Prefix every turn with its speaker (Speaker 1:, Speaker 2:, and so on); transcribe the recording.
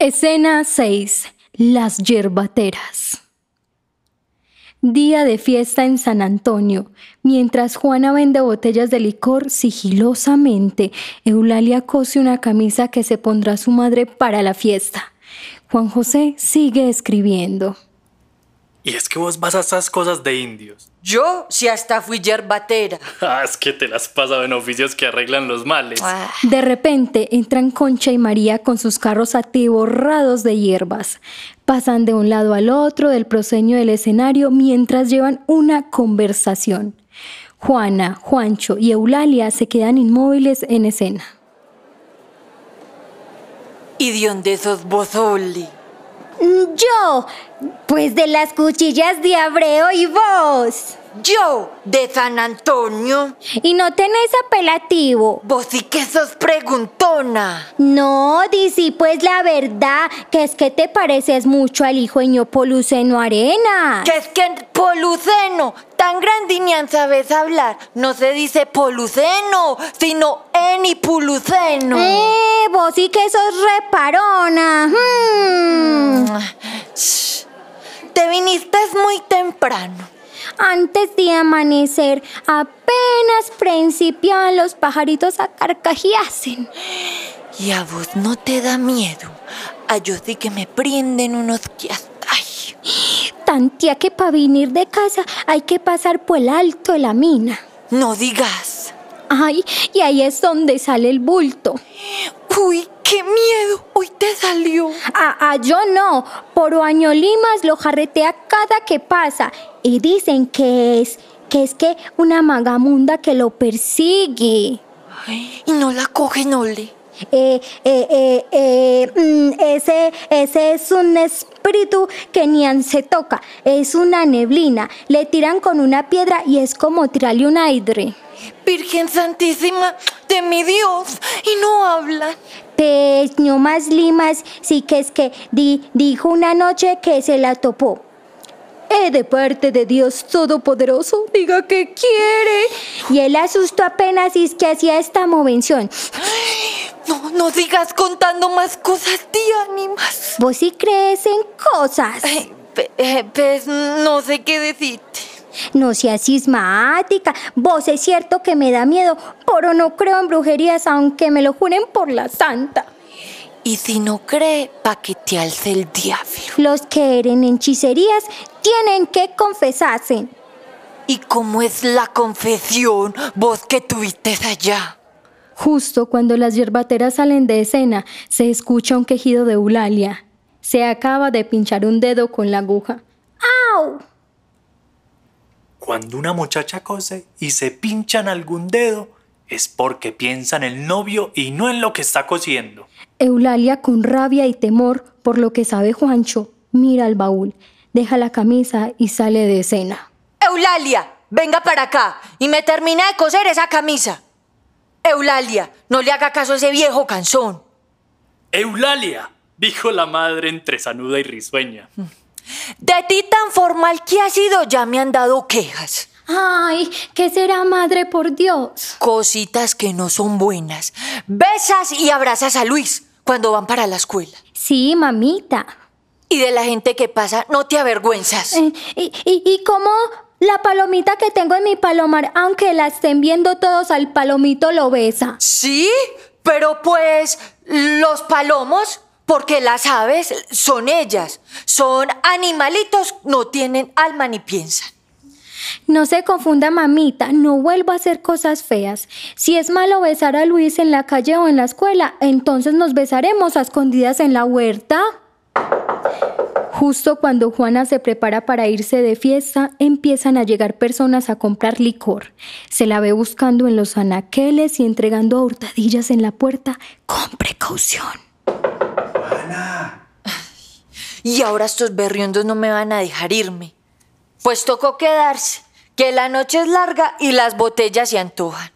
Speaker 1: Escena 6. Las yerbateras. Día de fiesta en San Antonio. Mientras Juana vende botellas de licor sigilosamente, Eulalia cose una camisa que se pondrá su madre para la fiesta. Juan José sigue escribiendo.
Speaker 2: Y es que vos vas a esas cosas de indios.
Speaker 3: Yo si hasta fui yerbatera.
Speaker 2: Ah, es que te las pasado en oficios que arreglan los males.
Speaker 3: Ah,
Speaker 1: De repente entran Concha y María con sus carros atiborrados de hierbas. Pasan de un lado al otro del proseño del escenario mientras llevan una conversación. Juana, Juancho y Eulalia se quedan inmóviles en escena.
Speaker 3: ¿Y de dónde sos vos, Oli?
Speaker 4: Yo, pues de las cuchillas de Abreo y vos.
Speaker 3: Yo, de San Antonio.
Speaker 4: Y no tenés apelativo.
Speaker 3: Vos sí que sos preguntona.
Speaker 4: No, Disi, pues la verdad, que es que te pareces mucho al hijo de ño Poluceno Arena.
Speaker 3: Que es que poluceno, tan grande y ni an sabes hablar. No se dice poluceno, sino enipuluceno.
Speaker 4: Eh, vos sí que sos reparona. hmm.
Speaker 3: Te viniste muy temprano.
Speaker 4: Antes de amanecer, apenas principian los pajaritos a carcajearse.
Speaker 3: Y a vos no te da miedo. A yo sí que me prenden unos que hasta- Ay.
Speaker 4: Tantía que para venir de casa hay que pasar por el alto de la mina.
Speaker 3: No digas.
Speaker 4: Ay, y ahí es donde sale el bulto.
Speaker 3: Uy, qué miedo. Hoy te salió.
Speaker 4: A, a yo no, por Oañolimas lo jarretea cada que pasa. Y dicen que es, que es que una magamunda que lo persigue.
Speaker 3: Y no la cogen, Ole.
Speaker 4: Eh, eh, eh, eh, mm, ese, ese es un espíritu que ni an se toca, es una neblina. Le tiran con una piedra y es como tirarle un aire.
Speaker 3: Virgen Santísima de mi Dios. Y no hablan.
Speaker 4: Peño más limas, sí que es que di- dijo una noche que se la topó. Eh, de parte de Dios Todopoderoso, diga que quiere. Y él asustó apenas y es que hacía esta movención.
Speaker 3: No, no sigas contando más cosas, tía, ni más.
Speaker 4: Vos sí crees en cosas.
Speaker 3: Ay, pe- eh, pues no sé qué decirte.
Speaker 4: No seas sismática. Vos es cierto que me da miedo, pero no creo en brujerías, aunque me lo juren por la santa.
Speaker 3: Y si no cree, pa' que te alce el diablo.
Speaker 4: Los que eren en hechicerías tienen que confesarse.
Speaker 3: ¿Y cómo es la confesión vos que tuviste allá?
Speaker 1: Justo cuando las yerbateras salen de escena, se escucha un quejido de Eulalia. Se acaba de pinchar un dedo con la aguja.
Speaker 4: ¡Au!
Speaker 2: Cuando una muchacha cose y se pinchan algún dedo, es porque piensa en el novio y no en lo que está cosiendo.
Speaker 1: Eulalia, con rabia y temor por lo que sabe Juancho, mira al baúl, deja la camisa y sale de escena.
Speaker 3: Eulalia, venga para acá y me termina de coser esa camisa. Eulalia, no le haga caso a ese viejo canzón.
Speaker 2: Eulalia, dijo la madre entre sanuda y risueña.
Speaker 3: De ti tan formal que has sido ya me han dado quejas.
Speaker 1: ¡Ay! ¿Qué será madre por Dios?
Speaker 3: Cositas que no son buenas. Besas y abrazas a Luis cuando van para la escuela.
Speaker 4: Sí, mamita.
Speaker 3: Y de la gente que pasa, no te avergüenzas.
Speaker 4: Eh, ¿Y, y, y cómo la palomita que tengo en mi palomar, aunque la estén viendo todos al palomito, lo besa?
Speaker 3: Sí, pero pues los palomos, porque las aves son ellas, son animalitos, no tienen alma ni piensan.
Speaker 1: No se confunda, mamita, no vuelva a hacer cosas feas. Si es malo besar a Luis en la calle o en la escuela, entonces nos besaremos a escondidas en la huerta. Justo cuando Juana se prepara para irse de fiesta, empiezan a llegar personas a comprar licor. Se la ve buscando en los anaqueles y entregando a hurtadillas en la puerta con precaución.
Speaker 3: Y ahora estos berriondos no me van a dejar irme. Pues tocó quedarse, que la noche es larga y las botellas se antojan.